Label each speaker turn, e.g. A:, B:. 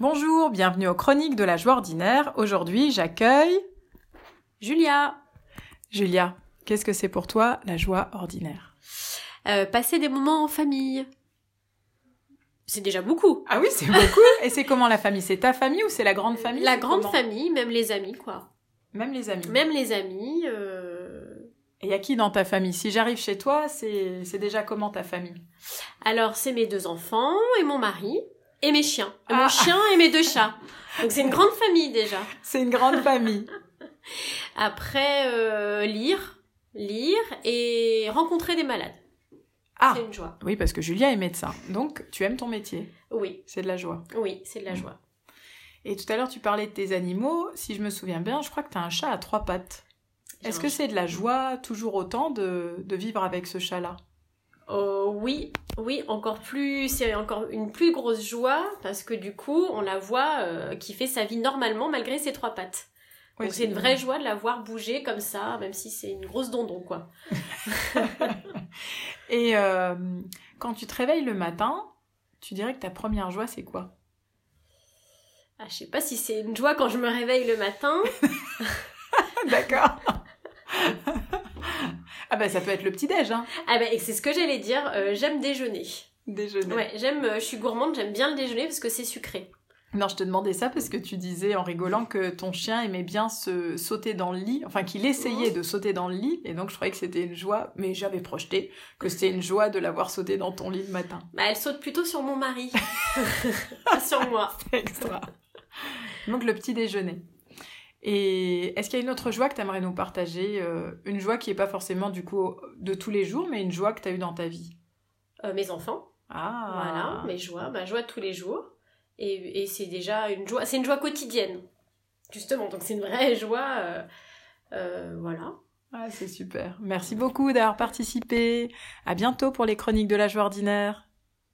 A: Bonjour, bienvenue aux chroniques de la joie ordinaire. Aujourd'hui, j'accueille
B: Julia,
A: Julia. Qu'est-ce que c'est pour toi la joie ordinaire
B: euh, passer des moments en famille. C'est déjà beaucoup.
A: Ah oui, c'est beaucoup. Et c'est comment la famille C'est ta famille ou c'est la grande famille
B: La
A: C'est
B: grande
A: comment Mm.
B: famille, même les amis, quoi.
A: Même les amis.
B: Même les amis. euh,
A: Et y a qui dans ta famille Si j'arrive chez toi, c'est c'est déjà comment ta famille
B: Alors, c'est mes deux enfants et mon mari et mes chiens. Et
A: Ah.
B: Mon chien et mes deux chats. Donc, c'est une grande famille déjà.
A: C'est une grande famille.
B: Après, euh, lire, lire et rencontrer des malades.
A: Ah
B: C'est une joie.
A: Oui, parce que Julia est médecin. Donc, tu aimes ton métier.
B: Oui,
A: C'est de la joie.
B: oui, c'est de la joie.
A: Et tout à l'heure, tu parlais de tes animaux. Si je me souviens bien, je crois que tu as un chat à trois pattes.
B: J'ai
A: Est-ce
B: un
A: que c'est de la joie toujours autant de, de vivre avec ce chat-là
B: Oh, oui, oui, encore plus, c'est encore une plus grosse joie parce que du coup, on la voit euh, qui fait sa vie normalement malgré ses trois pattes. Donc c'est une vraie joie de la voir bouger comme ça, même si c'est une grosse dondon quoi.
A: Et euh, quand tu te réveilles le matin, tu dirais que ta première joie, c'est quoi
B: Ah, je sais pas si c'est une joie quand je me réveille le matin.
A: D'accord. ah bah ça peut être le petit-déj, hein
B: Ah ben, et c'est ce que j'allais dire, euh, j'aime déjeuner.
A: Déjeuner.
B: Ouais, j'aime, euh, je suis gourmande, j'aime bien le déjeuner parce que c'est sucré.
A: Non, je te demandais ça parce que tu disais en rigolant que ton chien aimait bien se sauter dans le lit, enfin qu'il essayait de sauter dans le lit, et donc je croyais que c'était une joie, mais j'avais projeté que c'était une joie de l'avoir sauté dans ton lit le matin.
B: Bah, elle saute plutôt sur mon mari, pas sur moi.
A: Extra. donc le petit déjeuner. Et est-ce qu'il y a une autre joie que tu aimerais nous partager euh, Une joie qui n'est pas forcément du coup de tous les jours, mais une joie que tu as eue dans ta vie
B: Euh, mes enfants.
A: Ah
B: Voilà, mes joies, ma joie bah, tous les jours. Et, et c'est déjà une joie, c'est une joie quotidienne, justement. Donc c'est une vraie joie, euh, euh, voilà.
A: Ah, c'est super. Merci beaucoup d'avoir participé. À bientôt pour les chroniques de la joie ordinaire.